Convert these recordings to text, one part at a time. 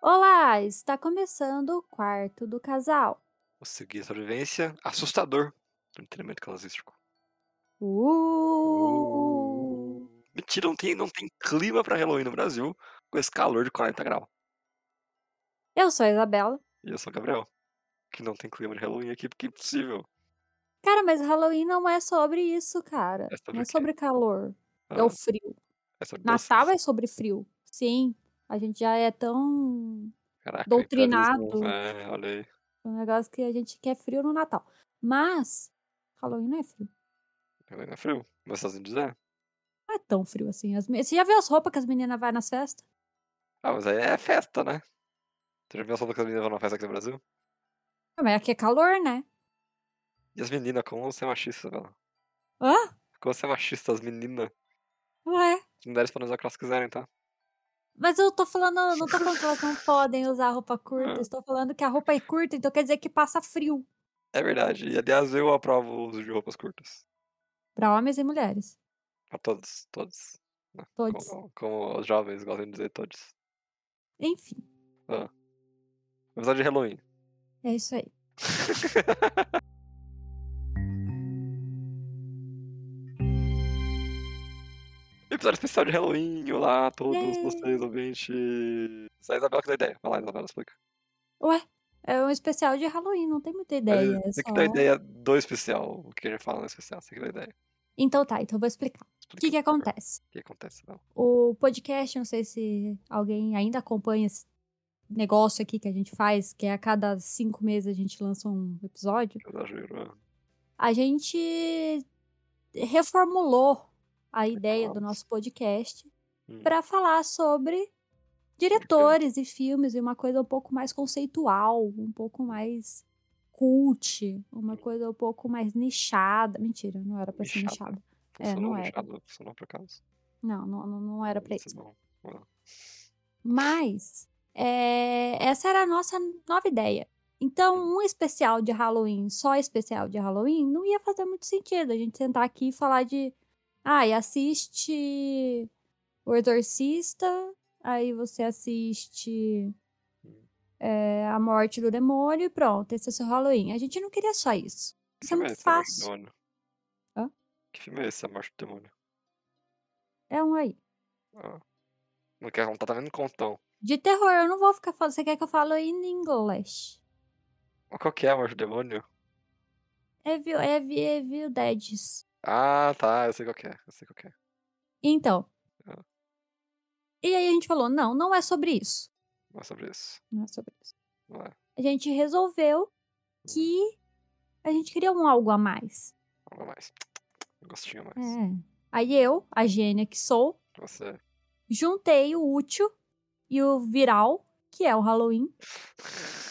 Olá, está começando o quarto do casal. Nossa, guia de sobrevivência assustador. Treinamento casuístico. Uh! Mentira, não tem, não tem clima pra Halloween no Brasil com esse calor de 40 graus. Eu sou a Isabela. E eu sou o Gabriel, que não tem clima de Halloween aqui porque é impossível. Cara, mas Halloween não é sobre isso, cara. É sobre não o é quê? sobre calor. Ah, É o frio. é sobre Natal é vocês. sobre frio. Sim. A gente já é tão. Caraca, é doutrinado. imperialismo, É, olha aí. Um negócio que a gente quer frio no Natal. Mas. Halloween não é frio. Halloween é frio. Mas os Estados Unidos é. Não é tão frio assim. As men- Você já viu as roupas que as meninas vai nas festas? Ah, mas aí é festa, né? Você já viu a solda que as meninas vão na festa aqui no Brasil? Ah, Mas aqui é calor, né? E as meninas, como você é machista, velho? Hã? Como você é machista, as meninas. Ué. As mulheres podem usar o que elas quiserem, tá? Mas eu tô falando, não tô falando que elas não podem usar roupa curta, Ah. estou falando que a roupa é curta, então quer dizer que passa frio É verdade. E aliás, eu aprovo o uso de roupas curtas. Pra homens e mulheres. Pra todos, todos. Todos. Como, como os jovens gostam de dizer, todos. Enfim, Apesar de Halloween. é isso aí. Episódio especial de Halloween. Olá a todos Yay! vocês, ouvintes. É a Isabela que dá ideia. Vai lá, Isabela, explica. É um especial de Halloween, não tem muita ideia. é Você que só- dá ideia do especial. O que a gente fala no especial. Você que dá ideia. Então tá, então eu vou explicar. O Explica, que, que por favor, acontece? O que acontece, não. O podcast, não sei se alguém ainda acompanha esse negócio aqui que a gente faz, que é a cada cinco meses a gente lança um episódio. Eu juro. né? a gente reformulou a ideia do Reformulamos. nosso podcast Hum. para falar sobre diretores e filmes e uma coisa um pouco mais conceitual, um pouco mais cult, uma coisa um pouco mais nichada. Mentira, não era para ser Nichada. nichada. É, Funcionou, não é. Richard? Funcionou por acaso. Não, não, não- não era para Isso é isso. bom. Mas é, essa era a nossa nova ideia. Então, um especial de Halloween, só especial de Halloween, não ia fazer muito sentido a gente sentar aqui e falar de. Ai, assiste O Exorcista, aí você assiste é, A Morte do Demônio e pronto, esse é o seu Halloween. A gente não queria só isso. Que Isso é filme muito esse, A Morte do fácil. Demônio? Hã? Que filme é esse, A Morte do Demônio? É um aí. Ah. Não quer contar, tá vendo? Contão. De terror, eu não vou ficar falando. Você quer que eu fale em inglês? Qual que é A Morte do Demônio? Evil, Evil, Evil Deads. Ah, tá, eu sei qual que é, eu sei qual que é. Então. Ah. E aí a gente falou, não, não é sobre isso. Não é sobre isso. Não é sobre isso. Não é. A gente resolveu Hum. que a gente queria um algo a mais. Não é mais. Um gostinho a mais. É. Aí eu, a gênia que sou, Você. juntei o útil e o viral, que é o Halloween,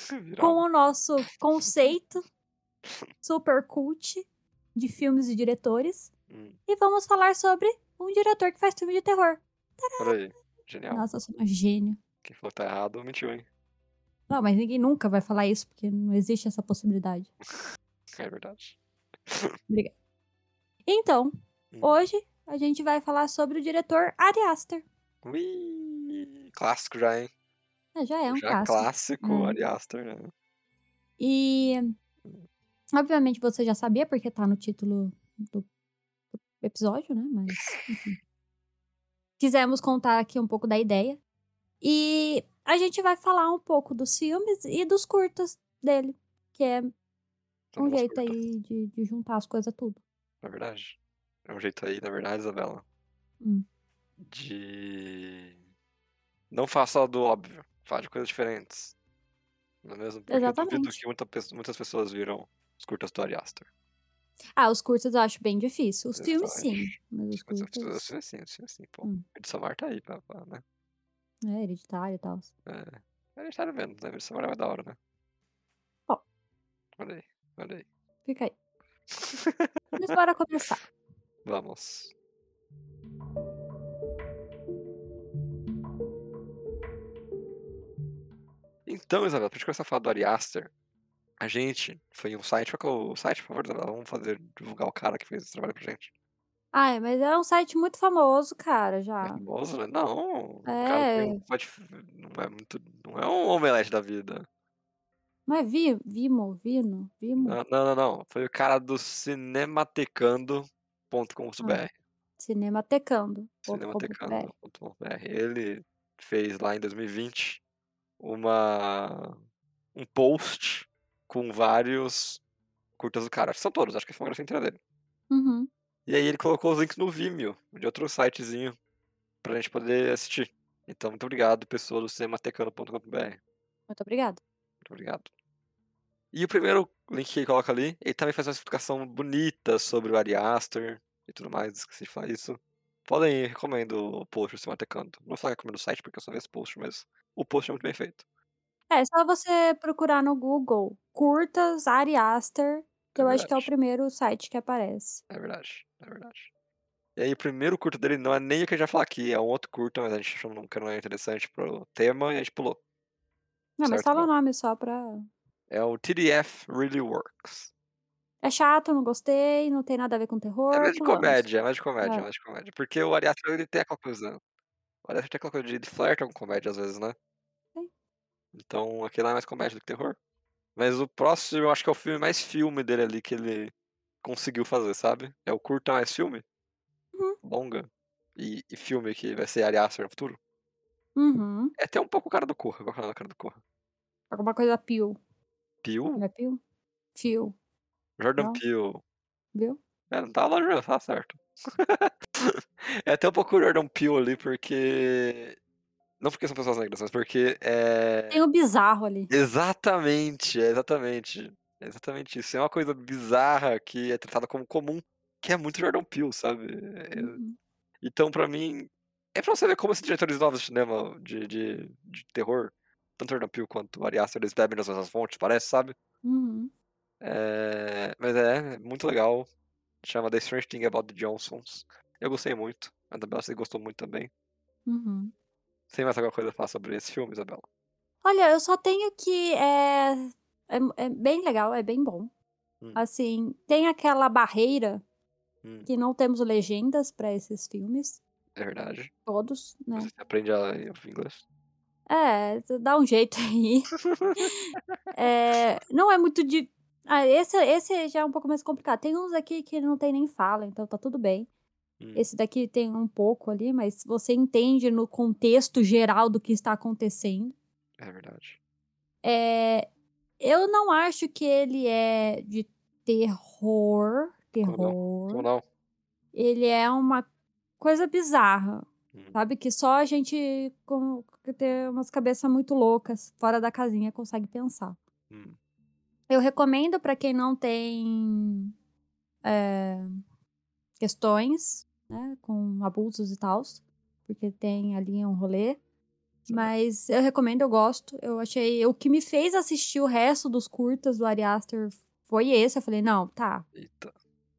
com Viral. o nosso conceito super cult de filmes e diretores. Hum, E vamos falar sobre um diretor que faz filme de terror. peraí. Genial. Nossa, eu sou uma gênia. Quem falou que tá errado, mentiu, hein? Não, mas ninguém nunca vai falar isso, porque não existe essa possibilidade. É verdade. Então, Hum. hoje a gente vai falar sobre o diretor Ari Aster. Ui, clássico já, hein? É, Já é um já clássico. clássico, Hum. Ari Aster, né? E obviamente você já sabia porque tá no título do do episódio, né? Mas enfim. quisemos contar aqui um pouco da ideia. E a gente vai falar um pouco dos filmes e dos curtas dele, que é Então, um vamos jeito cortar, aí de, de juntar as coisas tudo. Na verdade. É um jeito aí, na verdade, Isabela. Hum. De. Não faça do óbvio. Fale de coisas diferentes. Não é mesmo? Porque eu duvido Exatamente. que muita pe- muitas pessoas viram os curtas do Ari Aster. Ah, os curtas eu acho bem difícil. Os filmes sim, Exatamente. mas os Acho que eu preciso- curtas assim, assim, assim, assim, pô. Hum. O de Samar tá aí, pra, pra, né? é hereditário e tal. É. A gente tá vendo, né? O de Samar é mais da hora, né? Ó. Olha aí, olha aí. Fica aí. Mas bora começar. Vamos. Então, Isabela, pra gente começar a falar do Ari Aster, a gente foi em um site. Qual que é o site, por favor, Isabela? Vamos fazer divulgar o cara que fez esse trabalho pra gente. Ai, mas é um site muito famoso, cara, já. Famoso, né? Não. O cara Tá. É, tem- pode- não é muito. Não é um omelete da vida. não é Vi, Vimo, Vino, Vimo? Não, não, não, não. Foi o cara do Ah, cinematecando.com.br. cinematecando.com.br. Cinematecando.com.br. Ele fez lá em 2020 uma um post com vários curtas do cara. Acho que são todos, acho que é a filmografia inteira dele. Uhum. E aí ele colocou os links no Vimeo, de outro sitezinho, pra gente poder assistir. Então, muito obrigado, pessoa do cinematecano.com.br. Muito Muito obrigada. obrigado. E o primeiro link que ele coloca ali, ele também faz uma explicação bonita sobre o Ari Aster e tudo mais, esqueci de falar isso. Podem ir, recomendo o post do Cinematecano. Não vou falar que recomendo o site, porque eu só vi esse post, mas o post é muito bem feito. É só você procurar no Google curtas Ari Aster, que É eu acho que é o verdade, primeiro site que aparece. é verdade, é verdade. E aí, o primeiro curto dele não é nem o que a gente vai falar aqui, é um outro curto, mas a gente achou que não era interessante pro tema e a gente pulou, Não, mas certo? fala o Bom, nome só pra. é o TDF Really Works. É chato, não gostei, não tem nada a ver com É terror, mais de pulamos. comédia, é mais de comédia, é É, mais de comédia. Porque o Ari Aster, ele tem aquela coisa... O Ari Aster tem aquela coisa de flerta com comédia às vezes, né? tem- Então, aquele lá é mais comédia do que terror. Mas o próximo, eu acho que é o filme mais filme dele ali que ele conseguiu fazer, sabe? É o curta mais filme, Uhum. longa, e, e filme que vai ser Ari Aster no futuro. Uhum. É até um pouco o cara do Corra, qual que é o nome do cara do Corra? Alguma coisa pio. Peele? Não é pio? Fio, Jordan não? Peele. Viu? É, não tava longe, não, tá certo. É até um pouco o Jordan Peele ali, porque... Não porque são pessoas negras, mas porque é... Tem o bizarro ali. Exatamente, é exatamente. É exatamente isso. É uma coisa bizarra que é tratada como comum, que é muito Jordan Peele, sabe? É- Uhum. Então, pra mim, é pra você ver como esses diretores novos de cinema de, de, de terror, tanto Jordan Peele quanto Ari Aster, eles bebem das mesmas fontes, parece, sabe? Uhum. É, Mas é, é muito legal. Chama The Strange Thing About the Johnsons. Eu gostei muito. A Isabela você gostou muito também. Uhum. Tem mais alguma coisa a falar sobre esse filme, Isabela? Olha, eu só tenho que. É, é, é bem legal, é bem bom. Hum, Assim, tem aquela barreira hum, que não temos legendas pra esses filmes, é verdade. todos, né? Você aprende a a ouvir inglês. É, dá um jeito aí. É, não é muito de. Ah, esse, esse já é um pouco mais complicado. Tem uns aqui que não tem nem fala, então tá tudo bem. Hum, Esse daqui tem um pouco ali, mas você entende no contexto geral do que está acontecendo. é verdade. É, eu não acho que ele é de terror. Como não? Como Terror. não? Ele é uma coisa bizarra. Hum, Sabe? Que só a gente com, que tem umas cabeças muito loucas, fora da casinha, consegue pensar. hum. Eu recomendo para quem não tem eh, questões, né, com abusos e tals, porque tem ali um rolê. Certo. Mas eu recomendo, eu gosto. Eu achei. O que me fez assistir o resto dos curtas do Ari Aster foi esse. Eu falei, não, tá. Eita.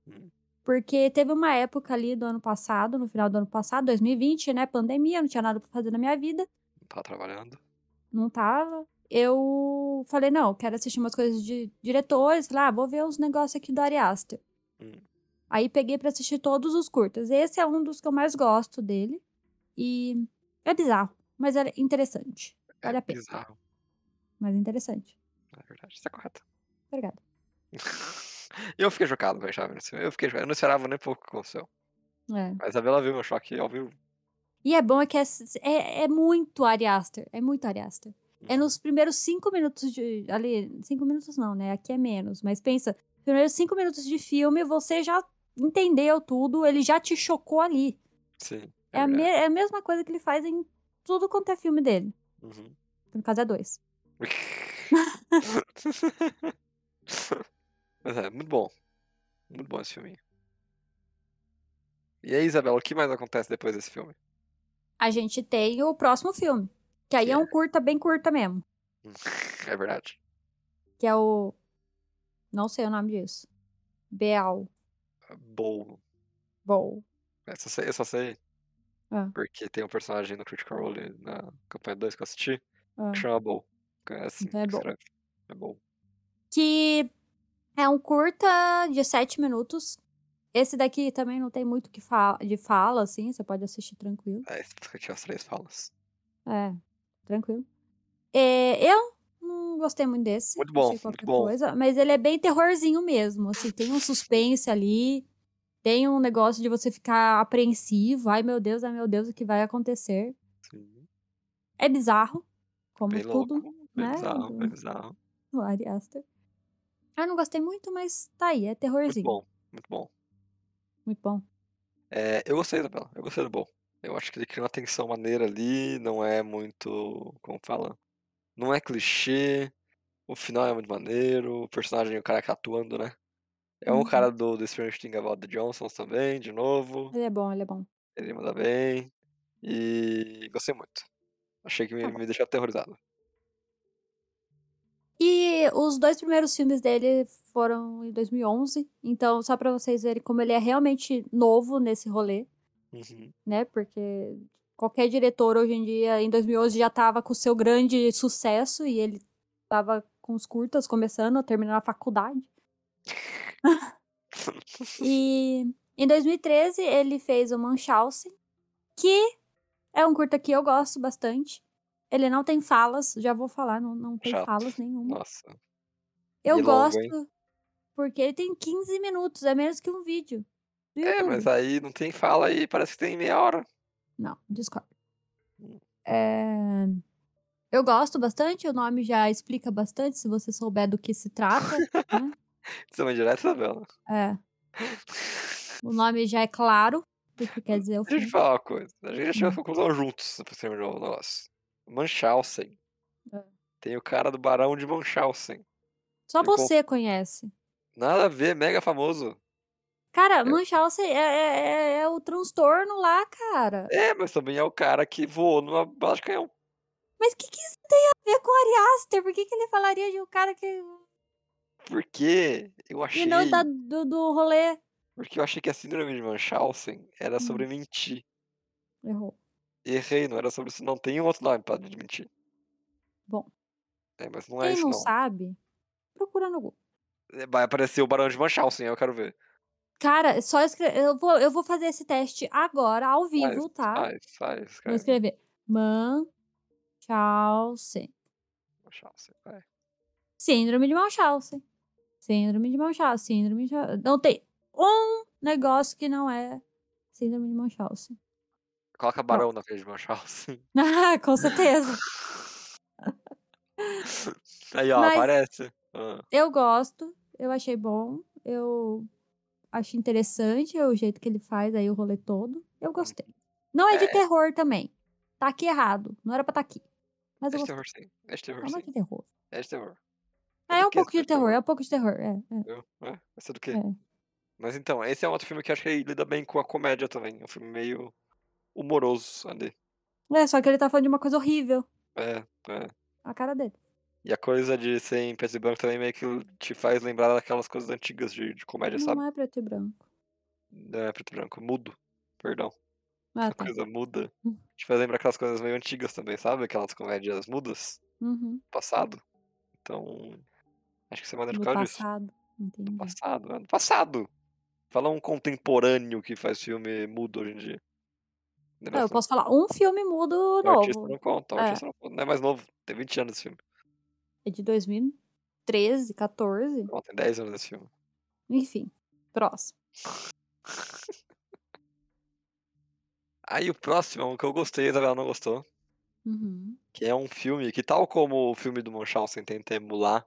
Hum, Porque teve uma época ali do ano passado, no final do ano passado, 2020, né? Pandemia, não tinha nada pra fazer na minha vida. não tá trabalhando? Não tava. Eu falei, não, quero assistir umas coisas de diretores. Falei, ah, vou ver uns negócios aqui do Ari Aster. Hum, Aí peguei pra assistir todos os curtas. Esse é um dos que eu mais gosto dele. E é bizarro, mas é interessante. é Vale a pena, bizarro. mas é interessante. É verdade. Você é correta. Obrigada. eu fiquei chocado com a chave nesse filme. Eu, fiquei, chocado, eu não esperava nem pouco o que aconteceu. É. Mas a Isabela viu meu choque ao vivo. E é bom é que é, s- é, é muito Ari Aster, é muito Ari Aster. É Uhum. nos primeiros cinco minutos de... Ali, cinco minutos não, né? Aqui é menos. Mas pensa, primeiros cinco minutos de filme, você já entendeu tudo, ele já te chocou ali. Sim, é É a, me- verdade. é a mesma coisa que ele faz em tudo quanto é filme dele. Uhum. No caso, é dois. Mas é, muito bom. Muito bom esse filminho. E aí, Isabela, o que mais acontece depois desse filme? A gente tem o próximo filme, que aí Que é é. um curta bem curta mesmo, Hum, É verdade. que é o... Não sei o nome disso. Beal. Bom. Bol. Eu só sei, eu só sei Ah, porque tem um personagem no Critical Role na campanha 2 que eu assisti que ah. chama Bom. É assim Então é que bom. escreve. É bom. Que É um curta de sete minutos. Esse daqui também não tem muito que fa- de fala, assim, você pode assistir tranquilo. É, eu tinha as três assim. falas. É, tranquilo. É, eu não gostei muito desse. Muito bom, achei qualquer muito bom. Coisa, mas ele é bem terrorzinho mesmo. Assim, tem um suspense ali. Tem um negócio de você ficar apreensivo. Ai, meu Deus, ai, meu Deus, o que vai acontecer? Sim. É bizarro. Como Bem tudo. louco. Bem né, bizarro, do- bem bizarro. do Ari Aster. Eu não gostei muito, mas tá aí, é Muito terrorzinho. bom, muito bom. Muito bom. É, eu gostei da Bela, eu gostei do Bom. Eu acho que ele cria uma tensão maneira ali, não é muito. Como fala? Não é clichê, o final é muito maneiro, o personagem, o cara que tá atuando, né? É um Uhum. cara do The Strange Thing About the Johnsons também, de novo. Ele é bom, ele é bom. Ele manda bem. E gostei muito. Achei que me, Tá bom. me deixou aterrorizado. E os dois primeiros filmes dele foram em 2011, então só pra vocês verem como ele é realmente novo nesse rolê, Uhum. né? Porque qualquer diretor hoje em dia, em 2011, já tava com o seu grande sucesso e ele tava com os curtas começando, terminando a faculdade. E em 2013 ele fez o Munchausen, que é um curta que eu gosto bastante. Ele não tem falas, já vou falar, não, não tem Chato. falas nenhuma. Nossa. eu e longo, gosto hein? porque ele tem 15 minutos, é menos que um vídeo. do É, YouTube. mas aí não tem fala aí, parece que tem meia hora. Não, discordo. Hum. É, Eu gosto bastante, o nome já explica bastante, se você souber do que se trata. né? Você vai direto da Bela. É, o nome já é claro, porque quer dizer o Deixa eu te fim. falar uma coisa. A gente já chegou à Hum. conclusão juntos pra terminar o negócio. Munchausen. É. Tem o cara do Barão de Munchausen. Só Eu conf- você conhece. Nada a ver, mega famoso. Cara, Munchausen é, é, é- é o transtorno lá, cara. É, mas também é o cara que é um voou numa bala de canhão. Mas o que, que isso tem a ver com o Ari Aster? Por que, que ele falaria de um cara que. Porque eu achei. E não da, do, do rolê. Porque eu achei que a síndrome de Munchausen Hum. era sobre mentir. Errou. Errei, não era sobre isso. Não tem um outro nome pra mentir. Bom. É, mas não é Quem isso não não. sabe, procura no Google. É, Vai aparecer o Barão de Munchausen, aí eu quero ver. Cara, é só escrever. Eu vou, eu vou fazer esse teste agora, ao vivo, tá? Faz, faz, Vou cara. escrever. Munchausen. Munchausen, vai. Síndrome de Munchausen. Síndrome de Munchausen. Síndrome de Munchausen. Não tem um negócio que não é síndrome de Munchausen. Coloca Barão na frente de Munchausen. Ah, com certeza. Aí, ó, Mas- aparece. Ah, Eu gosto, eu achei bom, eu acho interessante é o jeito que ele faz aí o rolê todo. Eu gostei. Não é de É. terror também. Tá aqui errado. Não era pra tá aqui. Mas é eu de gostei. terror sim. É de terror Ah, não é sim. de terror. É de terror. Ah, é do um quê pouco esse de terror? terror, é um pouco de terror. É, é. Entendeu? É, vai ser do quê? É. Mas então, esse é um outro filme que eu acho que ele lida bem com a comédia também. É um filme meio humoroso ali. É, só que ele tá falando de uma coisa horrível. É, é. A cara dele. E a coisa de ser em preto e branco também meio que te faz lembrar daquelas coisas antigas de, de comédia, sabe? Hum. Não é preto e branco. Não é preto e branco, mudo. Perdão. Ah, A tá. coisa muda. Hum. Te faz lembrar aquelas coisas meio antigas também, sabe? Aquelas comédias mudas Uhum. do passado. Então, acho que isso é maneiro Do por causa disso. passado. Do Entendi. passado, é do passado. Fala um contemporâneo que faz filme mudo hoje em dia. Não Ah, é eu mais novo. posso falar um filme mudo O artista novo. não conta, o É. artista não conta. Não é mais novo, tem 20 anos esse filme. É de 2013, 14. Não, tem 10 anos esse filme. Enfim. Próximo. Aí o próximo é um que eu gostei, a Isabela não gostou. Uhum. que é um filme que, tal como o filme do Munchausen tenta emular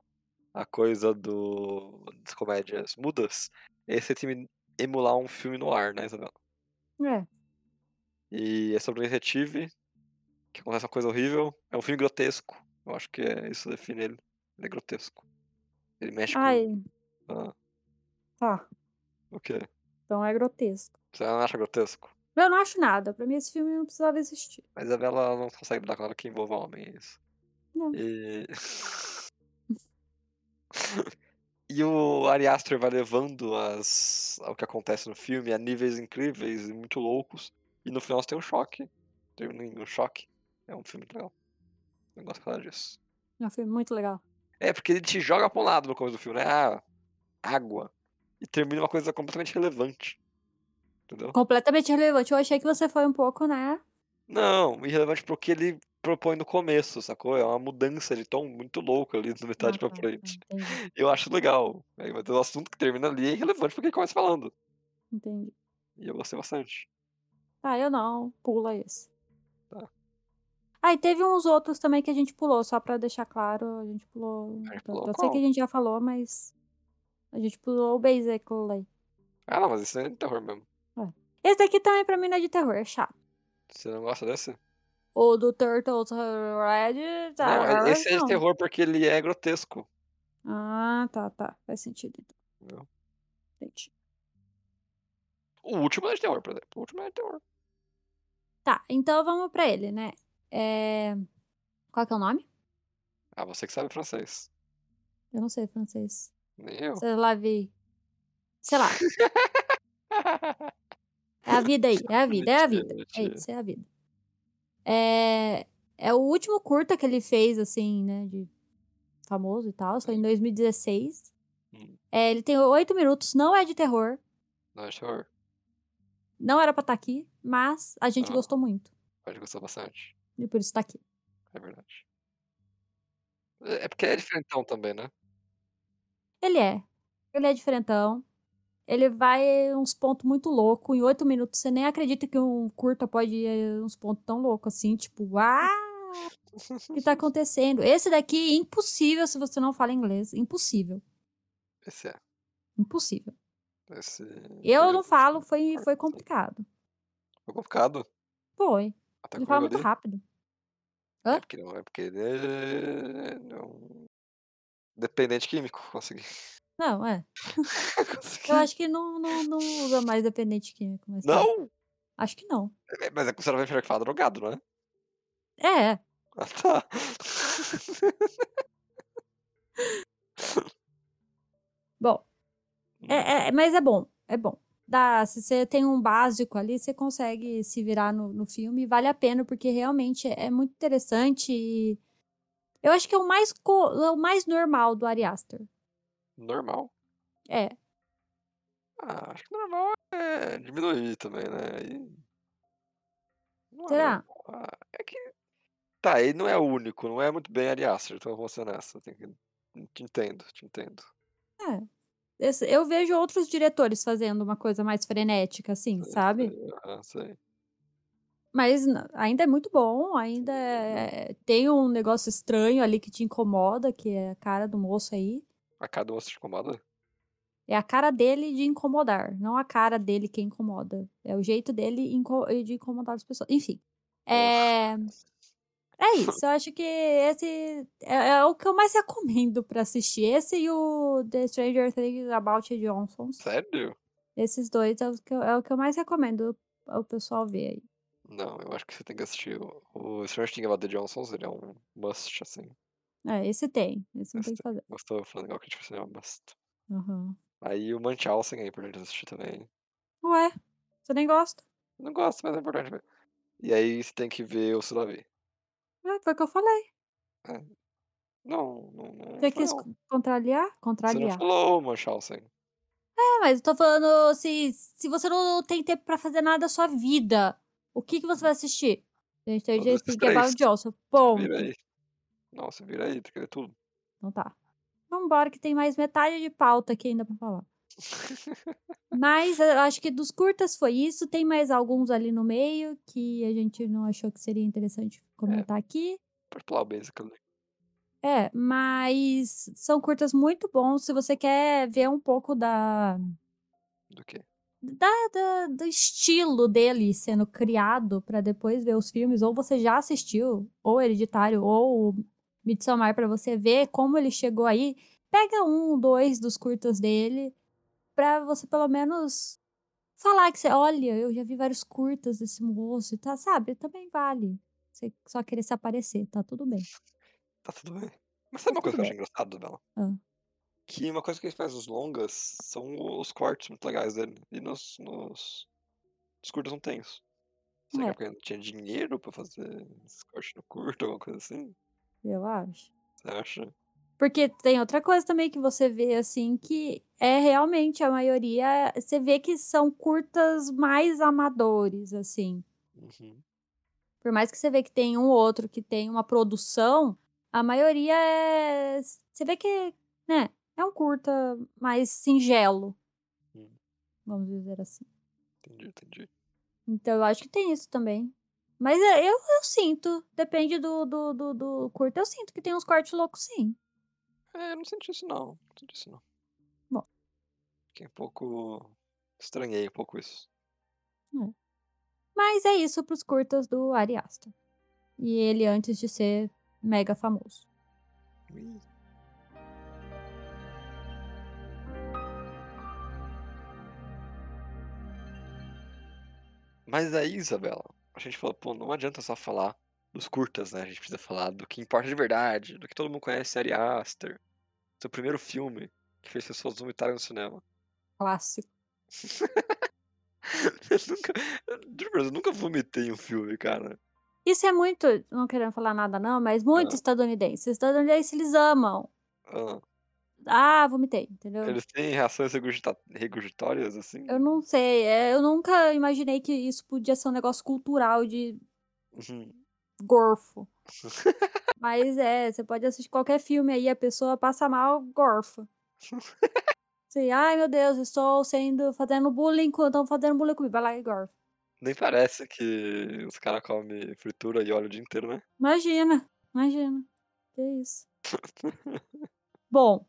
a coisa do, das comédias mudas, esse time emular um filme no ar, né, Isabela? É. E é sobre um detetive que acontece uma coisa horrível. É um filme grotesco. Eu acho que é isso define ele. Ele é grotesco. Ele mexe com. Ai, Ah, tá. o quê? Então é grotesco. Você não acha grotesco? Eu não acho nada. Pra mim, esse filme não precisava existir. A Isabela não consegue dar claro que envolva homem, é isso. Não. E. E o Ari Aster vai levando as, ao que acontece no filme a níveis incríveis e muito loucos. E no final você tem um choque. Tem um um choque. É um filme legal. Eu gosto de falar disso. É um filme muito legal. É porque ele te joga pra um lado no começo do filme, né? Ah, água. e termina uma coisa completamente relevante. Entendeu? Completamente relevante. Eu achei que você foi um pouco, né? Não, irrelevante pro que ele propõe no começo, sacou? É uma mudança de tom muito louca ali do metade Tá pra frente. entendi, Eu acho legal. Aí, mas o assunto que termina ali é irrelevante porque ele começa falando. entendi. E eu gostei bastante. Ah, eu não. Pula esse. Tá. Ah, e teve uns outros também que a gente pulou, só pra deixar claro, a gente pulou. A gente Eu pulou eu sei qual? que a gente já falou, mas. A gente pulou o Basic Lay. Ah, não, mas isso é terror mesmo. Esse daqui também pra mim não é de terror, é chato. Você não gosta desse? O do Turtles Red. Não, ah, é- esse é de não. terror porque ele é grotesco. Ah, tá, tá. Faz sentido então. Não. Entendi. O último é de terror, por exemplo. O último é de terror. Tá, então vamos pra ele, né? É... Qual que é o nome? Ah, você que sabe francês. Eu não sei francês. Nem eu. Sei lá, vi. Sei lá. É a vida aí. É a vida, é a vida. É Mentira, isso, é a vida. É, é o último curta que ele fez, assim, né? De famoso e tal. Foi em 2016. Hum. É, ele tem oito minutos, não é de terror. Não é de terror. Não era pra estar aqui, mas a gente Ah. gostou muito. Pode gostar bastante. E por isso tá aqui. É verdade. É é porque é diferentão também, né? Ele é. Ele é diferentão. Ele vai uns pontos muito loucos. Em oito minutos, você nem acredita que um curta pode ir eh, uns pontos tão loucos assim. Tipo, ah, o que tá acontecendo? Esse daqui, impossível se você não fala inglês. Impossível. Esse é. Impossível. Esse... é Eu foi- não falo, foi, foi complicado. Foi complicado? Foi. Até Ele comigo fala muito ali? rápido. Hã? É porque não, é porque ele é é um dependente químico. Consegui. Não, é. Consegui. Eu acho que não, não, não usa mais dependente químico. Mas tá. Não! Acho que não. É, Mas é que o senhor vai falar drogado, não é? É, é. Ah, tá. Bom. Hum. É, é, mas é bom. É bom. Dá, se você tem um básico ali, você consegue se virar no, no filme. e Vale a pena, porque realmente é, é muito interessante. E eu acho que é o mais, co- é o mais normal do Ari Aster. Normal. É. Ah, acho que normal é diminuir também, né? E... Não é- Será? Ah, É que. Tá, ele não é o único, não é muito bem Ari Aster, então eu vou ser nessa. tem que- Te entendo, te entendo. Esse- Eu vejo outros diretores fazendo uma coisa mais frenética, assim, sabe? Ah, sei. Mas n- ainda é muito bom, ainda é- tem um negócio estranho ali que te incomoda, que é a cara do moço aí. A cada um se incomoda? É a cara dele de incomodar, não a cara dele que incomoda. É o jeito dele inco- de incomodar as pessoas. Enfim. É. É isso. Eu acho que esse é, é o que eu mais recomendo pra assistir. Esse e o The Stranger Things About Johnsons. Sério? Esses dois é o que eu, é o que eu mais recomendo o pessoal ver aí. Não, eu acho que você tem que assistir. O, o Stranger Things About the Johnsons, ele é um must, assim. É, esse tem. Esse não tem o que fazer. Gostou falando igual que a gente fez, é um must. Aham. Aí o Munchausen é importante assistir também. Ué, é? você nem gosta? Eu não gosto, mas é importante ver. E aí você tem que ver o Sulavi. É, foi o que eu falei. Não, não, não. Você foi quis não. contrariar? É, Você não Contrariar. falou o Munchausen. É, mas eu tô falando, se, se você não tem tempo pra fazer nada da sua vida, o que, que você vai assistir? Gente, é eu já Todos expliquei esses About três. Johnson. Ponto. Vira aí. Nossa, vira aí, tem que ver tudo. Então tá. Vambora, que tem mais metade de pauta aqui ainda pra falar. Mas eu acho que dos curtas foi isso. Tem mais alguns ali no meio que a gente não achou que seria É. interessante comentar aqui. Pode pular o basic ali. É, mas são curtas muito bons. Se você quer ver um pouco da, Do quê? da- da- do estilo dele sendo criado pra depois ver os filmes, ou você já assistiu, ou Hereditário, ou Midsommar, pra você ver como ele chegou aí, pega um, dois dos curtas dele, pra você pelo menos falar que você, olha, eu já vi vários curtas desse moço, e tá, sabe? Também vale. Você só querer se aparecer, tá tudo bem. Tá tudo bem. Mas sabe uma coisa que eu acho engraçado, Bela? Ah. Que uma coisa que ele faz nos longas são os cortes muito legais dele. E nos, nos, nos curtos não tem isso. Será que É. é porque não tinha dinheiro pra fazer esse corte no curto, alguma coisa assim? Eu acho. Você acha? Porque tem outra coisa também que você vê, assim, que é realmente a maioria. Você vê que são curtas mais amadores, assim. Uhum. Por mais que você vê que tem um ou outro que tem uma produção, a maioria é. Você vê que, né? É um curta mais singelo. Hum. Vamos dizer assim. Entendi, entendi. Então eu acho que tem isso também. Mas é, eu, eu sinto, depende do, do, do, do curto, eu sinto que tem uns cortes loucos, sim. É, eu não senti isso não. Não senti isso não. Bom. Fiquei um pouco. Estranhei um pouco isso. Mas é isso pros curtas do Ari Aster. E ele antes de ser mega famoso. Ih, Mas aí, Isabela, a gente falou, pô, não adianta só falar dos curtas, né? A gente precisa falar do que importa de verdade, do que todo mundo conhece Ari Aster. Seu primeiro filme que fez pessoas vomitarem no cinema. Clássico. eu nunca, eu juro pra você, eu nunca vomitei em um filme, cara. Isso é muito, não querendo falar nada não, mas muito Ah. estadunidense. Estadunidense eles amam. Ah, Ah, vomitei, entendeu? eles têm reações regurgita- regurgitórias, assim? Eu não sei, é, eu nunca imaginei que isso podia ser um negócio cultural de Uhum. gorfo. Mas é, você pode assistir qualquer filme aí, a pessoa passa mal, gorfa. Assim, ai meu Deus, estou sendo, fazendo bullying, com- estão fazendo bullying comigo, vai lá e gorfa. Nem parece que os caras comem fritura e óleo o dia inteiro, né? Imagina, imagina. Que isso. Bom,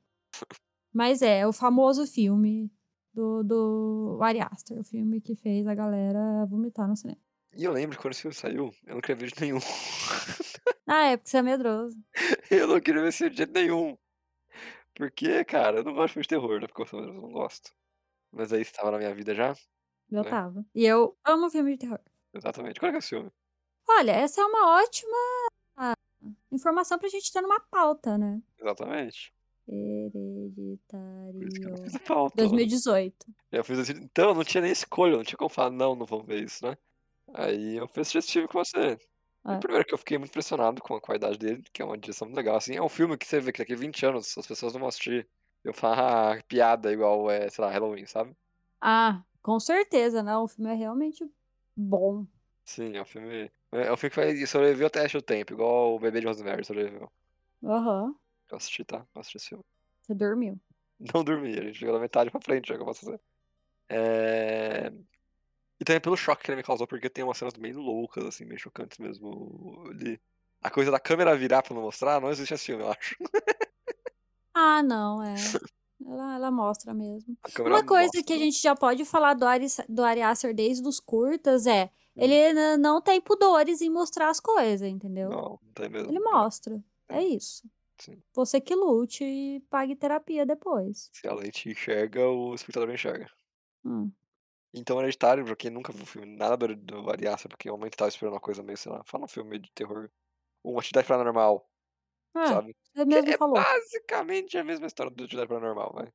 mas é, o famoso filme do, do Ari Aster, o filme que fez a galera vomitar no cinema. E eu lembro que quando esse filme saiu, eu não queria ver de nenhum. Ah, é, porque você é medroso. eu não queria ver esse filme de jeito nenhum. Porque, cara, eu não gosto de filme de terror, né? Porque eu sou- eu não gosto. Mas aí estava na minha vida já? Eu Né? tava. E eu amo filme de terror. Exatamente. Qual é que é esse filme? Olha, essa é uma ótima informação pra gente ter numa pauta, né? Exatamente. Por isso que eu não Hereditário. fiz a pauta. 2018. Eu fiz assim. Então, não tinha nem escolha, não tinha como falar, não, não vamos ver isso, né? Aí eu fiz esse filme com você. E É. primeiro que eu fiquei muito impressionado com a qualidade dele, que é uma direção muito legal. Assim, é um filme que você vê que daqui a 20 anos as pessoas não vão assistir. Eu falo, ah, piada igual, é, sei lá, Halloween, sabe? Ah, com certeza, né? O filme é realmente bom. Sim, é um filme. É um filme que vai sobreviver ao teste do tempo, igual o Bebê de Rosemary sobreviveu. Aham, Eu assisti, tá? Eu assisti esse filme. você dormiu. Não dormi, a gente chegou da metade pra frente, já que eu posso dizer. É... E também pelo choque que ele me causou, porque tem umas cenas meio loucas, assim, meio chocantes mesmo. Ele... A coisa da câmera virar pra não mostrar, não existe esse filme, eu acho. Ah, não, é. Ela, ela mostra mesmo. A câmera Uma coisa que a mostra. gente já pode falar do Ari, do Ari Aster desde os curtas é... Hum. Ele n- não tem pudores em mostrar as coisas, entendeu? Não, não tem mesmo. Ele mostra. É É, isso. sim. Você que lute e pague terapia depois. Se a lente enxerga, o espectador não enxerga. Hum. Então, Hereditário, pra quem nunca viu o filme, nada do- do Ari Aster, porque eu momento tava esperando uma coisa meio, sei lá, fala um filme de terror, uma atividade paranormal, É, sabe? você Que mesmo é falou. basicamente a mesma história do atividade paranormal, vai.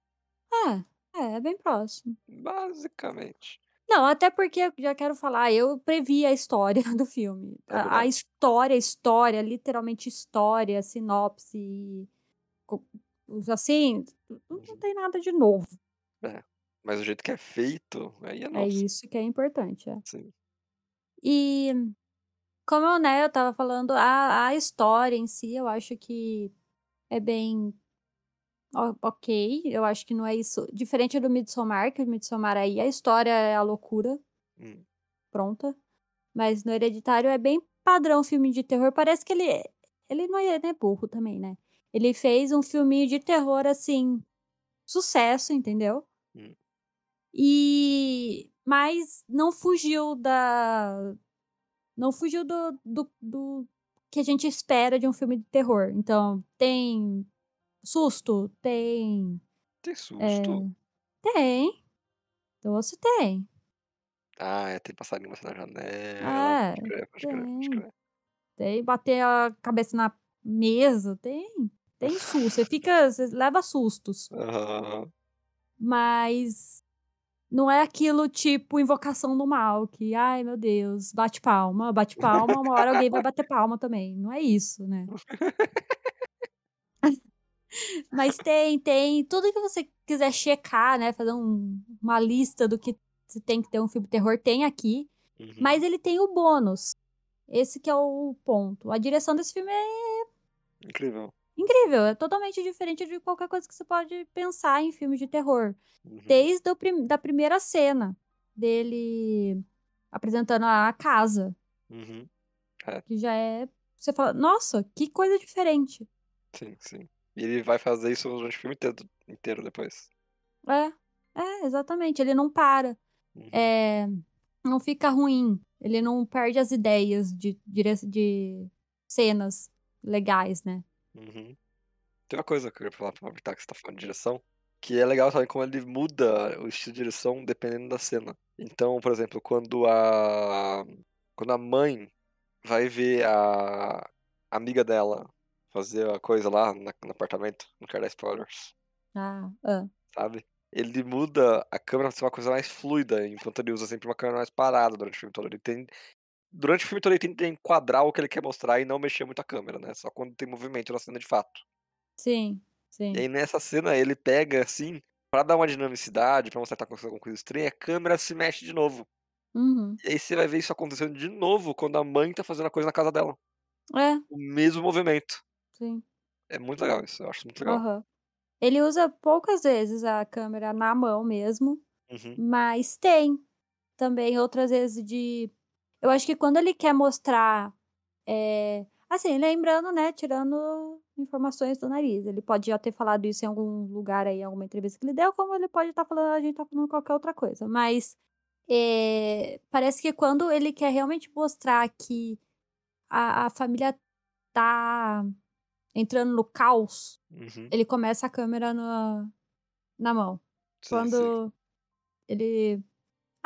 É, é, é bem próximo. Basicamente. Não, até porque eu já quero falar, eu previ a história do filme. É A, a verdade. história, história, literalmente história, sinopse, e co- os assim, não não Uhum. tem nada de novo. Mas o jeito que é feito, aí é assim, É novo. isso que é importante. é. Sim. E como eu, né, eu tava falando, a, a história em si, eu acho que é bem o- ok. Eu acho que não é isso. Diferente do Midsommar, que o Midsommar aí a história é a loucura, Hum. pronta. Mas no Hereditário é bem padrão filme de terror. Parece que ele. Ele não é, não é burro também, né? Ele fez um filminho de terror, assim, sucesso, entendeu? Hum. E. Mas não fugiu da. Não fugiu do, do, do que a gente espera de um filme de terror. Então, tem susto, tem. Tem é, susto. tem. Doce tem. Ah, é, tem passarinho batendo na janela. É, Pode crer, pode crer, pode tem. crer. Tem bater a cabeça na mesa, tem. Tem susto. Você fica. Você leva sustos. Aham. Mas não é aquilo tipo invocação do mal, que, ai meu Deus, bate palma, bate palma, uma hora alguém vai bater palma também. Não é isso, né? Mas tem, tem tudo que você quiser checar, né? Fazer um- uma lista do que se tem que ter um filme de terror, tem aqui. Uhum. Mas ele tem o bônus. Esse que é o ponto. A direção desse filme é Incrível. incrível, é totalmente diferente de qualquer coisa que você pode pensar em filme de terror Uhum. desde o prim da primeira cena dele apresentando a casa, Uhum. que já é. Você fala, nossa, que coisa diferente. Sim, sim. E ele vai fazer isso durante o filme inteiro, inteiro depois. É, é, exatamente. Ele não para. Uhum. É, não fica ruim. Ele não perde as ideias de, dire- de cenas legais, né? Uhum. Tem uma coisa que eu queria falar pra aproveitar que você tá falando de direção, que é legal também como ele muda o estilo de direção dependendo da cena. Então, por exemplo, quando a quando a mãe vai ver a amiga dela fazer a coisa lá na- no apartamento, não quero dar spoilers, Ah, ah. sabe? Ele muda a câmera pra ser uma coisa mais fluida, enquanto ele usa sempre uma câmera mais parada durante o filme todo. Ele tem durante o filme todo ele tenta enquadrar o que ele quer mostrar e não mexer muito a câmera, né? Só quando tem movimento na cena de fato. Sim, E sim. aí nessa cena ele pega assim, pra dar uma dinamicidade, pra mostrar que tá acontecendo alguma coisa estranha, a câmera se mexe de novo. Uhum. E aí você vai ver isso acontecendo de novo quando a mãe tá fazendo a coisa na casa dela. É, O mesmo movimento. sim. É muito legal isso, eu acho muito legal. Aham. Ele usa poucas vezes a câmera na mão mesmo. Uhum. Mas tem também outras vezes de. Eu acho que quando ele quer mostrar. é, Assim, lembrando, né? Tirando informações do nariz. Ele pode já ter falado isso em algum lugar aí, em alguma entrevista que ele deu, como ele pode estar falando, a gente tá falando qualquer outra coisa. Mas é, parece que quando ele quer realmente mostrar que a, a família tá entrando no caos, Uhum. ele começa a câmera na, na mão. Sim, sim. Quando ele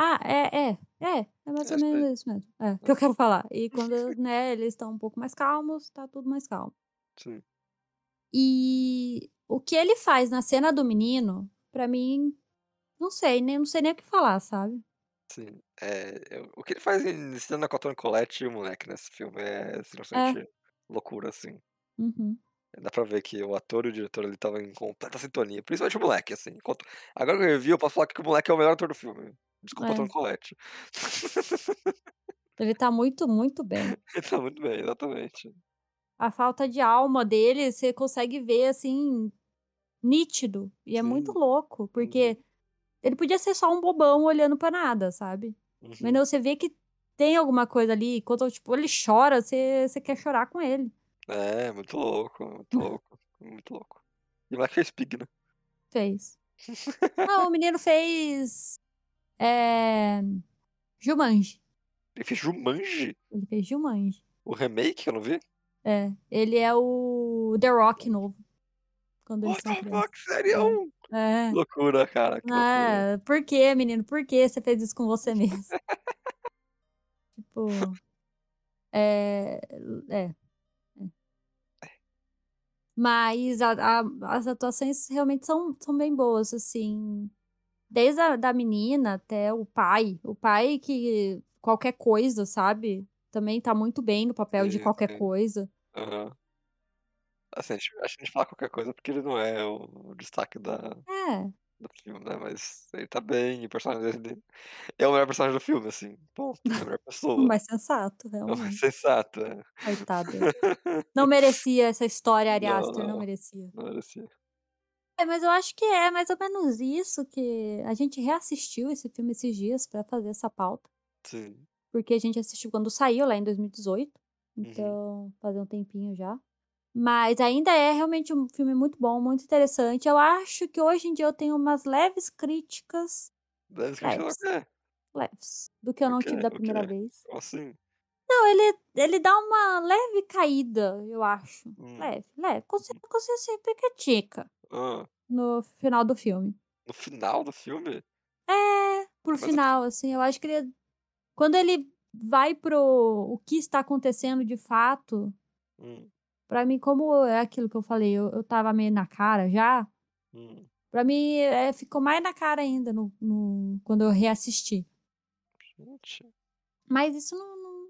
ah, é, é, é. É mais É ou isso aí. menos isso mesmo. É, que eu quero falar. E quando, né, eles estão um pouco mais calmos, tá tudo mais calmo. Sim. E o que ele faz na cena do menino, pra mim, não sei, nem, não sei nem o que falar, sabe? Sim. É, eu- o que ele faz em cena com a Toni Collette e o moleque nesse filme é É. simplesmente loucura, assim. Uhum. Dá pra ver que o ator e o diretor ele estavam em completa sintonia. Principalmente o moleque, assim. enquanto- Agora que eu revi, eu posso falar que o moleque é o melhor ator do filme. Desculpa, Tom É. Colette. Ele tá muito, muito bem. ele tá muito bem, exatamente. A falta de alma dele, você consegue ver, assim, nítido. E é muito Sim. louco, Uhum, porque ele podia ser só um bobão olhando pra nada, sabe? Mas uhum. não, você vê que tem alguma coisa ali. Quando, tipo, ele chora, você, você quer chorar com ele. É, muito louco, muito louco, muito louco. E o moleque fez pig, né? Fez. Não, o menino fez. É... Jumanji. Ele fez Jumanji, Ele fez Jumanji. o remake que eu não vi. É. Ele é o The Rock novo, quando eles What são the crianças. fuck, sério? É. É. Loucura, cara, que loucura. Ah, por que, menino? Por que você fez isso com você mesmo? tipo. É. É. Mas a- a- as atuações realmente são, são bem boas, assim. Desde a da menina até o pai. O pai que qualquer coisa, sabe? Também tá muito bem no papel de Sim, qualquer sim. coisa. Aham. Assim, a gente, acho que a gente fala qualquer coisa porque ele não é o destaque da, É, do filme, né? Mas ele tá bem, e o personagem dele é o melhor personagem do filme, assim. Ponto, é a melhor o pessoa. um mais sensato, É o mais realmente. sensato, é. Coitado dele. Não merecia essa história, Ari Não, Aster, não não, merecia. não era assim. É, mas eu acho que é mais ou menos isso que a gente reassistiu esse filme esses dias pra fazer essa pauta. Sim. Porque a gente assistiu quando saiu lá em 2018. Uhum. Então, fazer um tempinho já. Mas ainda é realmente um filme muito bom, muito interessante. Eu acho que hoje em dia eu tenho umas leves críticas, Deve esquecer o leves, quê? leves, do que eu O não quê? tive da O quê? primeira vez. Como assim? Não, ele, ele dá uma leve caída, eu acho. Hum. Leve, leve. Você, você sempre critica Ah, no final do filme. no final do filme? É, pro Mas o que. final, assim, eu acho que ele, quando ele vai pro o que está acontecendo de fato, Hum, pra mim, como é aquilo que eu falei, eu, eu tava meio na cara já. hum. Pra mim, é, ficou mais na cara ainda no, no- quando eu reassisti. Gente. Mas isso não, não,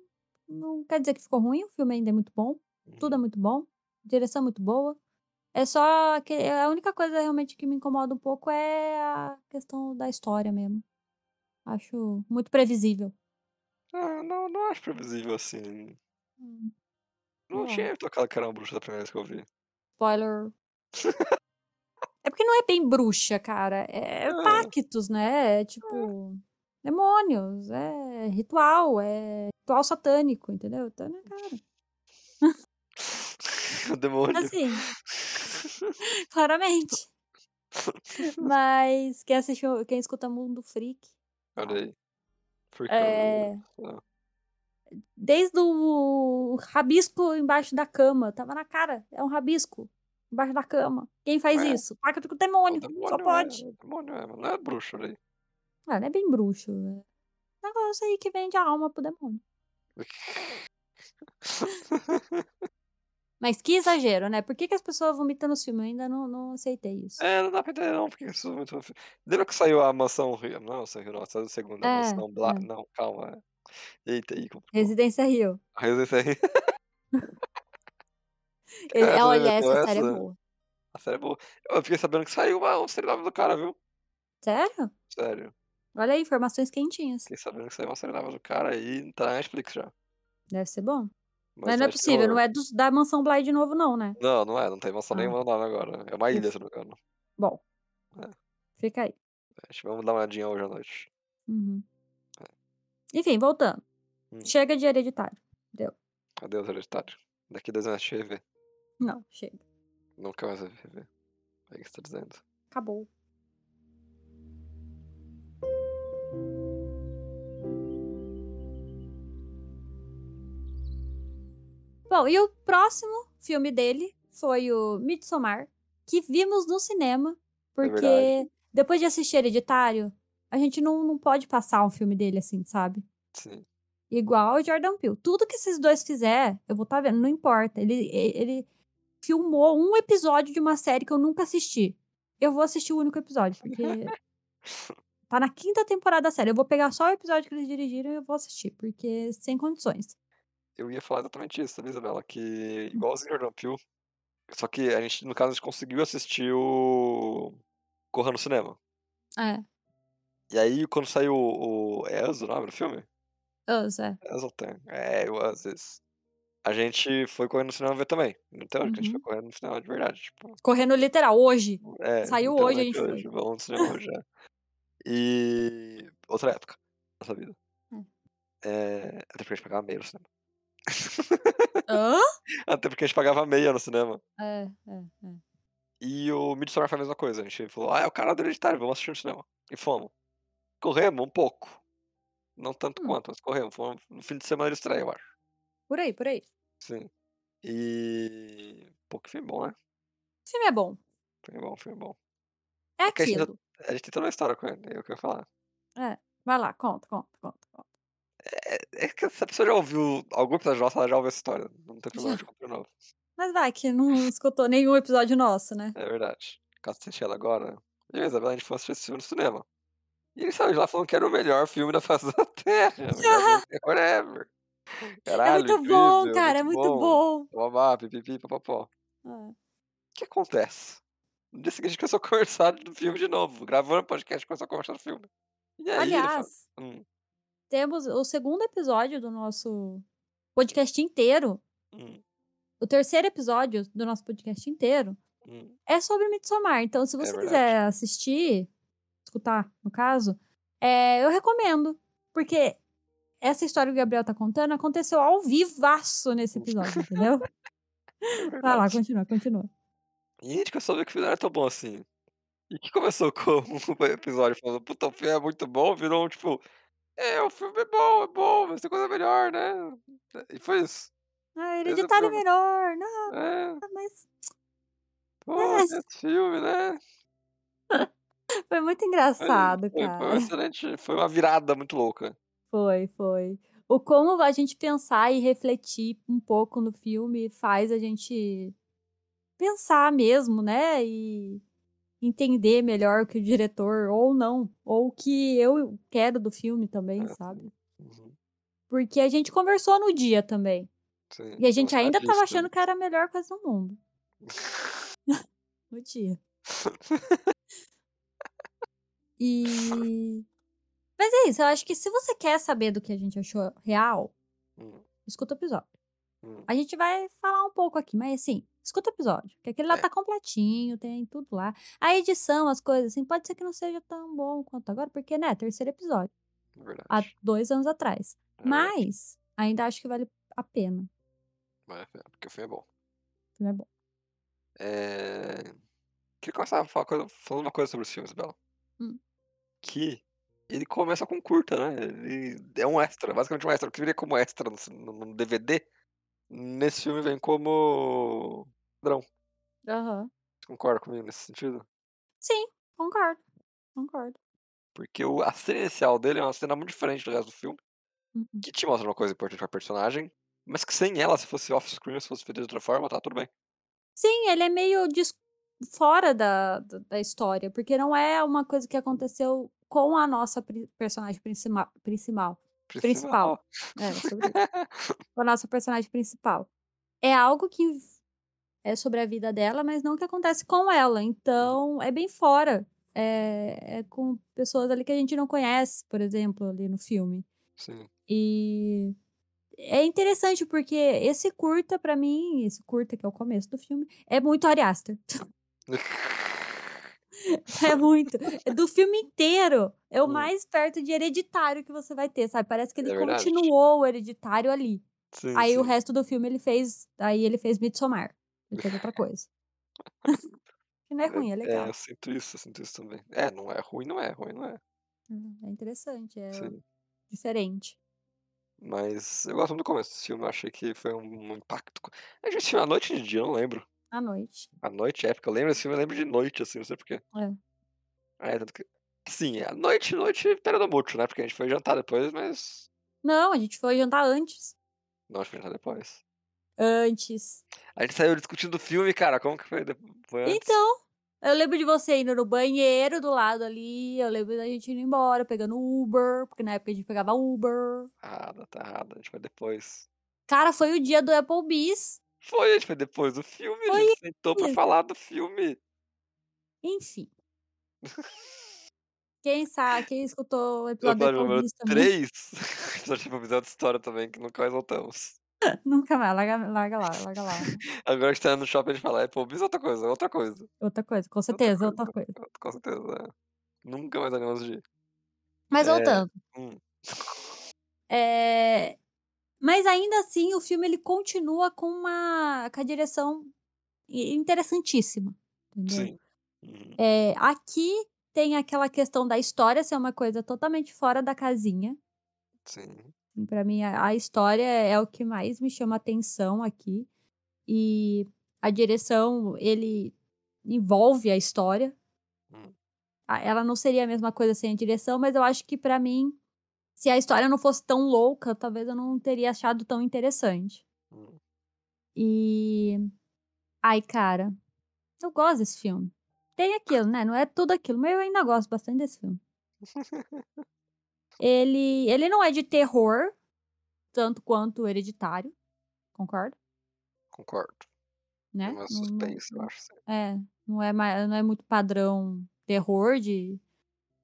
não quer dizer que ficou ruim, o filme ainda é muito bom. Tudo é Uhum. muito bom, direção muito boa. É só que a única coisa realmente que me incomoda um pouco é a questão da história mesmo. Acho muito previsível. Ah, não, não acho previsível assim. Hum, Não É. tinha tocado que era uma bruxa um da primeira vez que eu vi. Spoiler. É porque não é bem bruxa, cara. É Ah. pactos, né? É tipo. Demônios, é ritual, é ritual satânico, entendeu? Então, né, cara. o demônio. Assim, claramente. Mas quem assiste, o- quem escuta Mundo Freak, Olha aí. Porque é, Ah. desde o rabisco embaixo da cama, tava na cara, é um rabisco embaixo da cama. Quem faz É. isso? Pacto com o o demônio, só demônio é. pode. O demônio é, mas não é bruxo ali. Ah, não é bem bruxo. É um negócio aí que vende a alma pro demônio. Mas que exagero, né? Por que, que as pessoas vomitam no filme? Eu ainda não, não aceitei isso. É, não dá pra entender não, porque isso é muito. Lembra que saiu a mansão Rio? Não, mansão Rio, não, saiu a segunda, a É, mansão Bla. é. Não, calma. é. Eita, aí complicou. Residência Rio. A residência aí. Ele- Essa olha, inventou essa série é essa. boa. A série é boa. Eu fiquei sabendo que saiu uma, um seriado do cara, viu? Sério? Sério. Olha aí, informações quentinhas. Fiquei sabendo que saiu uma série nova do cara aí tá na Netflix já. Deve ser bom. Mas Mas não é é de possível, não terror. é dos, da Mansão Bly de novo, não, né? Não, não é, não tem mansão Ah, nenhuma nova agora. É uma ilha, ufa. se não me engano. Bom, É. fica aí. Acho que vamos dar uma olhadinha hoje à noite. Uhum. Enfim, voltando. É. Hum, Chega de hereditário. Deu. adeus, hereditário. Daqui dois anos a gente rever. Não, chega. Nunca mais vai rever. É o que você tá dizendo. Acabou. Bom, e o próximo filme dele foi o Midsommar, que vimos no cinema, É verdade. porque depois de assistir Hereditário, a gente não, não pode passar um filme dele assim, sabe? Sim. Igual o Jordan Peele. Tudo que esses dois fizer, eu vou estar vendo, não importa. Ele, e- ele filmou um episódio de uma série que eu nunca assisti. Eu vou assistir o único episódio, porque tá na quinta temporada da série. Eu vou pegar só o episódio que eles dirigiram e eu vou assistir, porque sem condições. Eu ia falar exatamente isso, sabe, Isabela? Que igualzinho Jordan Peele. Só que a gente, no caso, a gente conseguiu assistir o. Corra no cinema. É, E aí, quando saiu o. o- É Us o nome do filme? Us, é. É Us ou Tan? É, o Us, esse. A gente foi correndo no cinema ver também. Então, a gente foi Uhum. correndo no cinema de verdade. Tipo, Correndo literal, hoje. é, Saiu hoje, a literalmente gente foi. hoje. Vamos no cinema hoje, é. E. Outra época. Nossa vida. É. É... Até porque a gente pagava meia no cinema. Hã? Até porque a gente pagava meia no cinema. É, é, é. E o Midsommar foi a mesma coisa. A gente falou, ah, é o cara do hereditário, vamos assistir no cinema. E fomos. Corremos um pouco. Não tanto Hum, quanto, mas corremos. Fomos no fim de semana de estreia, eu acho. por aí, por aí. Sim. E. Pô, que filme bom, né? O filme é bom. Filme bom, filme bom. É É que a gente, aquilo. a gente tem toda uma história com ele, é o que eu ia falar. É. Vai lá, conta, conta, conta, conta. É, é que se a pessoa já ouviu algum episódio nosso, ela já ouviu essa história. Não tem problema Já. de contar de novo. Mas vai que não escutou nenhum episódio nosso, né? É verdade. Caso você assistir ela agora, né? eu e a Isabela, a gente foi assistir esse filme no cinema. E ele saiu de lá falando que era o melhor filme da face da Terra. Melhor filme de terror ever. É Caralho, muito bom, incrível, cara, é muito muito bom. bom. Babá, pipipi, papapó. O É. que acontece? No dia seguinte a gente começou a conversar do filme de novo. Gravando o podcast, começou a conversar do filme. E aí ele fala. Aliás, Hum, temos o segundo episódio do nosso podcast inteiro. hum, O terceiro episódio do nosso podcast inteiro hum. é sobre Midsommar. Então, se É você verdade. quiser assistir, escutar, no caso, é, eu recomendo. Porque essa história que o Gabriel tá contando aconteceu ao vivaço nesse episódio, entendeu? Hum. É Vai lá, verdade. continua, continua. E a gente começou a ver que o filme não era tão bom assim. E que começou com o episódio falando, puta, o filme é muito bom, virou um tipo, é, o filme é bom, é bom, mas tem coisa melhor, né? E foi isso. Ah, Esse é o hereditário é filme. melhor. Não, É, mas É, pô, tem esse filme, né? foi muito Mas engraçado, Foi, foi um cara. excelente, foi uma virada muito louca. Foi, foi. O como a gente pensar e refletir um pouco no filme faz a gente pensar mesmo, né? E entender melhor o que o diretor, ou não, ou o que eu quero do filme também, É, sabe? sim. Uhum, Porque a gente conversou no dia também. sim, E a temos gente a ainda tava lista. achando que era a melhor coisa do mundo. no dia. e. Mas é isso, eu acho que se você quer saber do que a gente achou real, Hum, escuta o episódio. hum. A gente vai falar um pouco aqui, mas assim, escuta o episódio, que aquele lá É. tá completinho, tem tudo lá. A edição, as coisas assim, pode ser que não seja tão bom quanto agora, porque, né, terceiro episódio, É há verdade. dois anos atrás. É verdade. Mas, ainda acho que vale a pena. Mas é, Porque o filme é bom. Não é bom. É... Queria começar a falar coisa- falando uma coisa sobre os filmes, Bela. Hum. Que ele começa com curta, né? Ele é um extra, basicamente um extra. O que viria como extra no, ci- no- no DVD, nesse filme vem como. Padrão. Você concorda comigo nesse sentido? Sim, concordo. Concordo. Porque o- a cena inicial dele é uma cena muito diferente do resto do filme, Uhum. que te mostra uma coisa importante pra personagem, mas que sem ela, se fosse off-screen, se fosse feito de outra forma, tá tudo bem. Sim, ele é meio des- fora da, da, da história, porque não é uma coisa que aconteceu com a nossa pri- personagem princima- principal. Principal. É, sobre isso. Com a nossa personagem principal. É algo que é sobre a vida dela, mas não que acontece com ela. Então, é bem fora. É, é com pessoas ali que a gente não conhece, por exemplo, ali no filme. Sim. E é interessante porque esse curta, pra mim, esse curta que é o começo do filme, é muito Ari Aster. É muito. É Do filme inteiro. É o Hum. mais perto de hereditário que você vai ter, sabe? Parece que ele É verdade. continuou o hereditário ali. Sim, Aí o sim. resto do filme ele fez. Aí ele fez Midsommar. Ele fez outra coisa. que não é ruim, é legal. eu sinto isso, eu sinto isso também. É, não é ruim, não é, ruim não é. Hum, É interessante, é Sim. diferente. Mas eu gosto muito do começo desse filme, eu achei que foi um, um impacto. co- A gente assistiu à noite de dia, eu não lembro. À noite. A noite é, porque eu lembro desse filme, eu lembro de noite, assim, não sei porquê. É. É, tanto que. Sim, a noite, noite, pera do Mucho, né? Porque a gente foi jantar depois, mas. Não, a gente foi jantar antes. Não, a gente foi jantar depois. Antes. A gente saiu discutindo o filme, cara, como que foi, de- foi antes? Então, eu lembro de você indo no banheiro do lado ali. Eu lembro da gente indo embora, pegando Uber, porque na época a gente pegava Uber. Tá errado, tá errado, a gente foi depois. Cara, foi o dia do Applebee's. Foi, a gente foi depois do filme, a Foi gente sentou pra isso. falar do filme. Enfim. Quem sabe, quem escutou o episódio do Episódio número Applebee's também. 3. Episódio de Tipo, episódio de história também, que nunca mais voltamos. Nunca mais, larga, larga lá, larga lá. Agora a gente tá no shopping e fala, é pô, isso é outra coisa, é outra coisa. Outra coisa, com certeza, outra coisa. coisa. Com certeza. é. Nunca mais animamos de ir. Mas É. voltando. Hum. é, Mas ainda assim, o filme ele continua com uma com a direção i- interessantíssima. Entendeu? Sim. Uhum. É, aqui tem aquela questão da história ser uma coisa totalmente fora da casinha. Sim. Assim, Pra mim, a, a história é o que mais me chama atenção aqui. E a direção, ele envolve a história. Hum. A- Ela não seria a mesma coisa sem a direção, mas eu acho que pra mim, se a história não fosse tão louca, talvez eu não teria achado tão interessante. Hum. E. Ai, cara, eu gosto desse filme. Tem aquilo, né? Não é tudo aquilo, mas eu ainda gosto bastante desse filme. ele, ele não é de terror, tanto quanto o Hereditário, concorda? Concordo. Né? É mais Não- não- suspense, eu acho. Assim. É, não é, ma- não é muito padrão terror de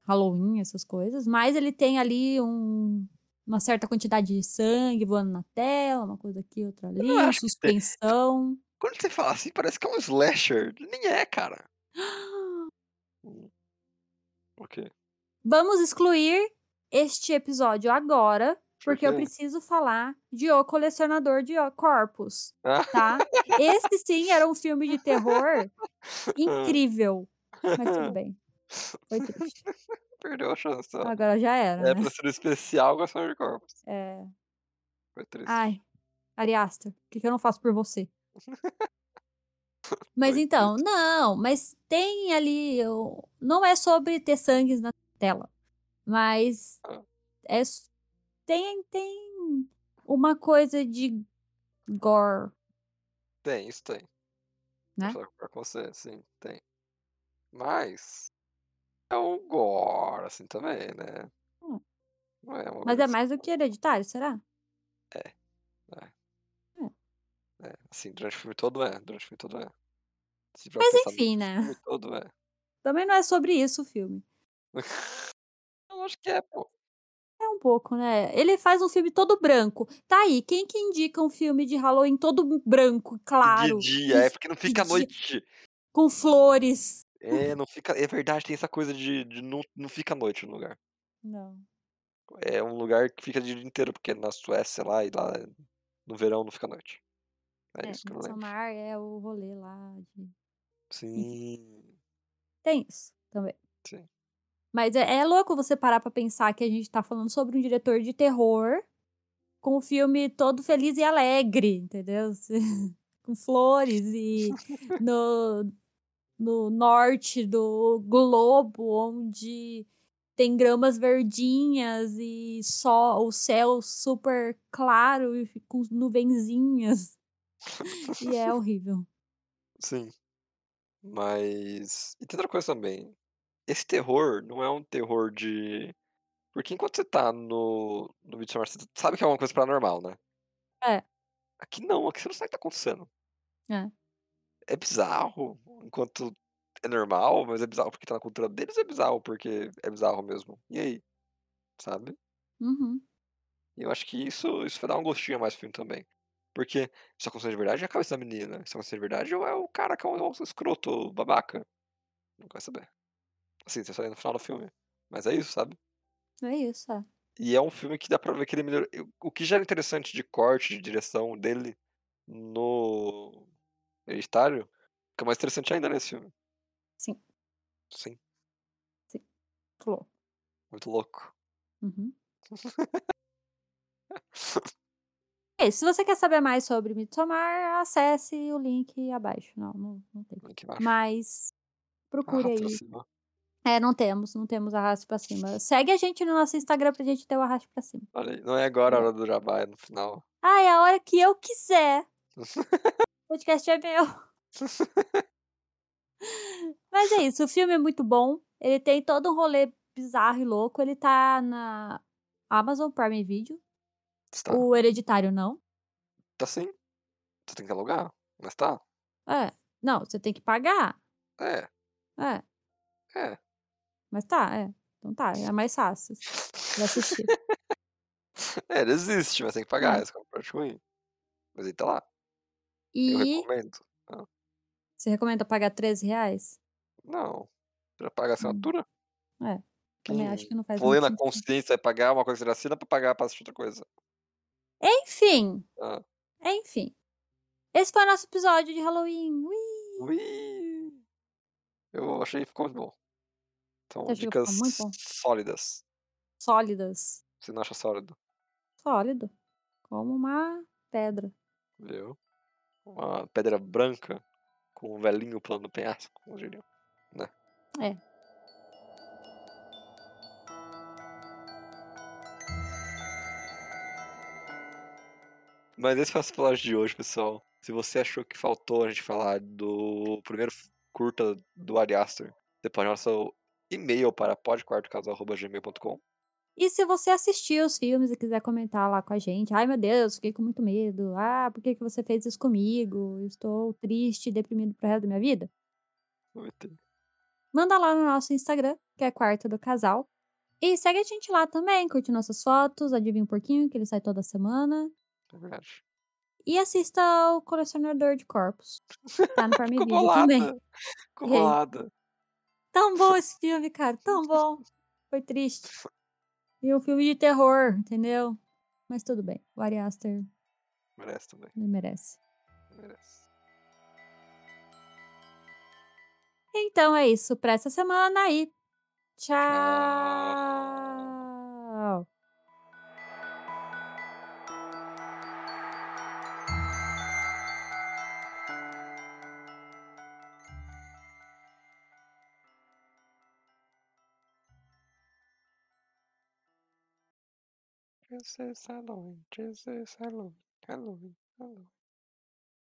Halloween, essas coisas, mas ele tem ali um- uma certa quantidade de sangue voando na tela, uma coisa aqui, outra ali, acho que tem. suspensão. Quando você fala assim, parece que é um slasher. Nem é, cara. Hum. Ok. Vamos excluir este episódio agora, Por porque eu quê? preciso falar de O Colecionador de O- Corpos, Ah. tá? Esse sim era um filme de terror Ah. incrível, mas tudo bem. Foi triste. Perdeu a chance. ó. Agora já era, É né? pra ser especial com a Summer Corpus. É. Foi triste. Ai, Ariasta, o que, que eu não faço por você? mas Foi então, não, mas tem ali. o- Não é sobre ter sangues na tela, mas Ah. é, s- tem, tem uma coisa de gore. Tem, isso tem. Né? Vou falar com você, sim, tem. Mas é um gore, assim, também, né? Hum. Não é uma Mas coisa é assim, mais do que hereditário, será? né? Assim, durante o filme todo é. Durante o filme todo é. Se pra Mas pensar no enfim, né? filme todo, é. Também não é sobre isso o filme. Eu acho que é, pô. É um pouco, né? Ele faz um filme todo branco. Tá aí, quem que indica um filme de Halloween todo branco, claro, De dia, é Isso, porque não de fica à dia. noite. com flores? É, não fica. É verdade, tem essa coisa de, de não, não fica à noite no lugar. Não. É um lugar que fica o dia inteiro, porque na Suécia lá e lá no verão não fica à noite. É É, isso que eu lembro. Midsommar é o rolê lá. de- Sim. Tem isso também. Sim. Mas é, é louco você parar pra pensar que a gente tá falando sobre um diretor de terror com o filme todo feliz e alegre, entendeu? Se- com flores e no, no norte do globo, onde tem gramas verdinhas e só o céu super claro e com nuvenzinhas. E é horrível. Sim. Mas. E tem outra coisa também. Esse terror não é um terror de. Porque enquanto você tá no, no Midsommar, você sabe que é alguma coisa paranormal, né? É. Aqui não, aqui você não sabe o que tá acontecendo. É. É bizarro, enquanto é normal, mas é bizarro porque tá na cultura deles, é bizarro porque é bizarro mesmo. E aí? Sabe? Uhum. E eu acho que isso, isso vai dar um gostinho a mais pro filme também. Porque se aconteceu de verdade, é a cabeça da menina. Se aconteceu de verdade, ou é o cara que é um, um escroto, babaca. Não vai saber. Assim, você só vê no final do filme. Mas é isso, sabe? É isso, é. E é um filme que dá pra ver que ele melhorou. eu- O que já era interessante de corte, de direção dele no Hereditário, fica mais interessante ainda nesse filme. Sim, Sim, falou. muito louco. Uhum. É, se você quer saber mais sobre Midsommar, acesse o link abaixo. Não, não, não tem. Aqui embaixo. Mas Ah, procure aí. patrocina. É, não temos, não temos arraste pra cima. Segue a gente no nosso Instagram pra gente ter o arraste pra cima. Olha aí, Não é agora a Bom. hora do jabá, é no final. Ah, é a hora que eu quiser. O podcast é meu. Mas é isso, o filme é muito bom. Ele tem todo um rolê bizarro e louco. Ele tá na Amazon Prime Video. Está. O Hereditário não. Tá sim. Você tem que alugar, mas tá. É. Não, você tem que pagar. É, É. é. Mas tá, é. Então tá, é mais fácil de assistir. É, ele existe, mas tem que pagar. É. Esse que é um parte ruim. Mas ele tá lá. Eu E recomendo. você recomenda pagar 13 reais? Não. Pra pagar a assinatura? Hum. É, Também acho Quem- que não faz Plena muito sentido. consciência vai pagar uma coisa que você assina pra pagar pra assistir outra coisa. Enfim, Ah. enfim. Esse foi o nosso episódio de Halloween. Ui, Ui! Eu achei que ficou muito bom. Então, Você achou que dicas ficou muito bom? sólidas. sólidas. Você não acha sólido? Sólido. Como uma pedra. Viu? Uma pedra branca com um velhinho pulando no penhasco, como né? diria. Mas esse foi o nosso episódio de hoje, pessoal. Se você achou que faltou a gente falar do primeiro f- curta do Ari Aster, você pode mandar seu e-mail para podquartocasal.gmail.com. E se você assistiu os filmes e quiser comentar lá com a gente, ai meu Deus, fiquei com muito medo. Ah, por que, que você fez isso comigo? Estou triste e deprimido pro resto da minha vida. Vai ter. manda lá no nosso Instagram, que é Quarto do Casal. E segue a gente lá também, curte nossas fotos, adivinha um pouquinho, que ele sai toda semana. É verdade. E assista ao Colecionador de Corpos. Tá no Prime Ficou Video também. bolada. Ficou E aí? bolada. Tão bom esse filme, cara, tão bom. Foi triste. E um filme de terror, entendeu? Mas tudo bem, o Ari Aster Merece também. ele merece. Merece. Então é isso pra essa semana aí. Tchau. This is Halloween. This is Halloween. Halloween. Halloween.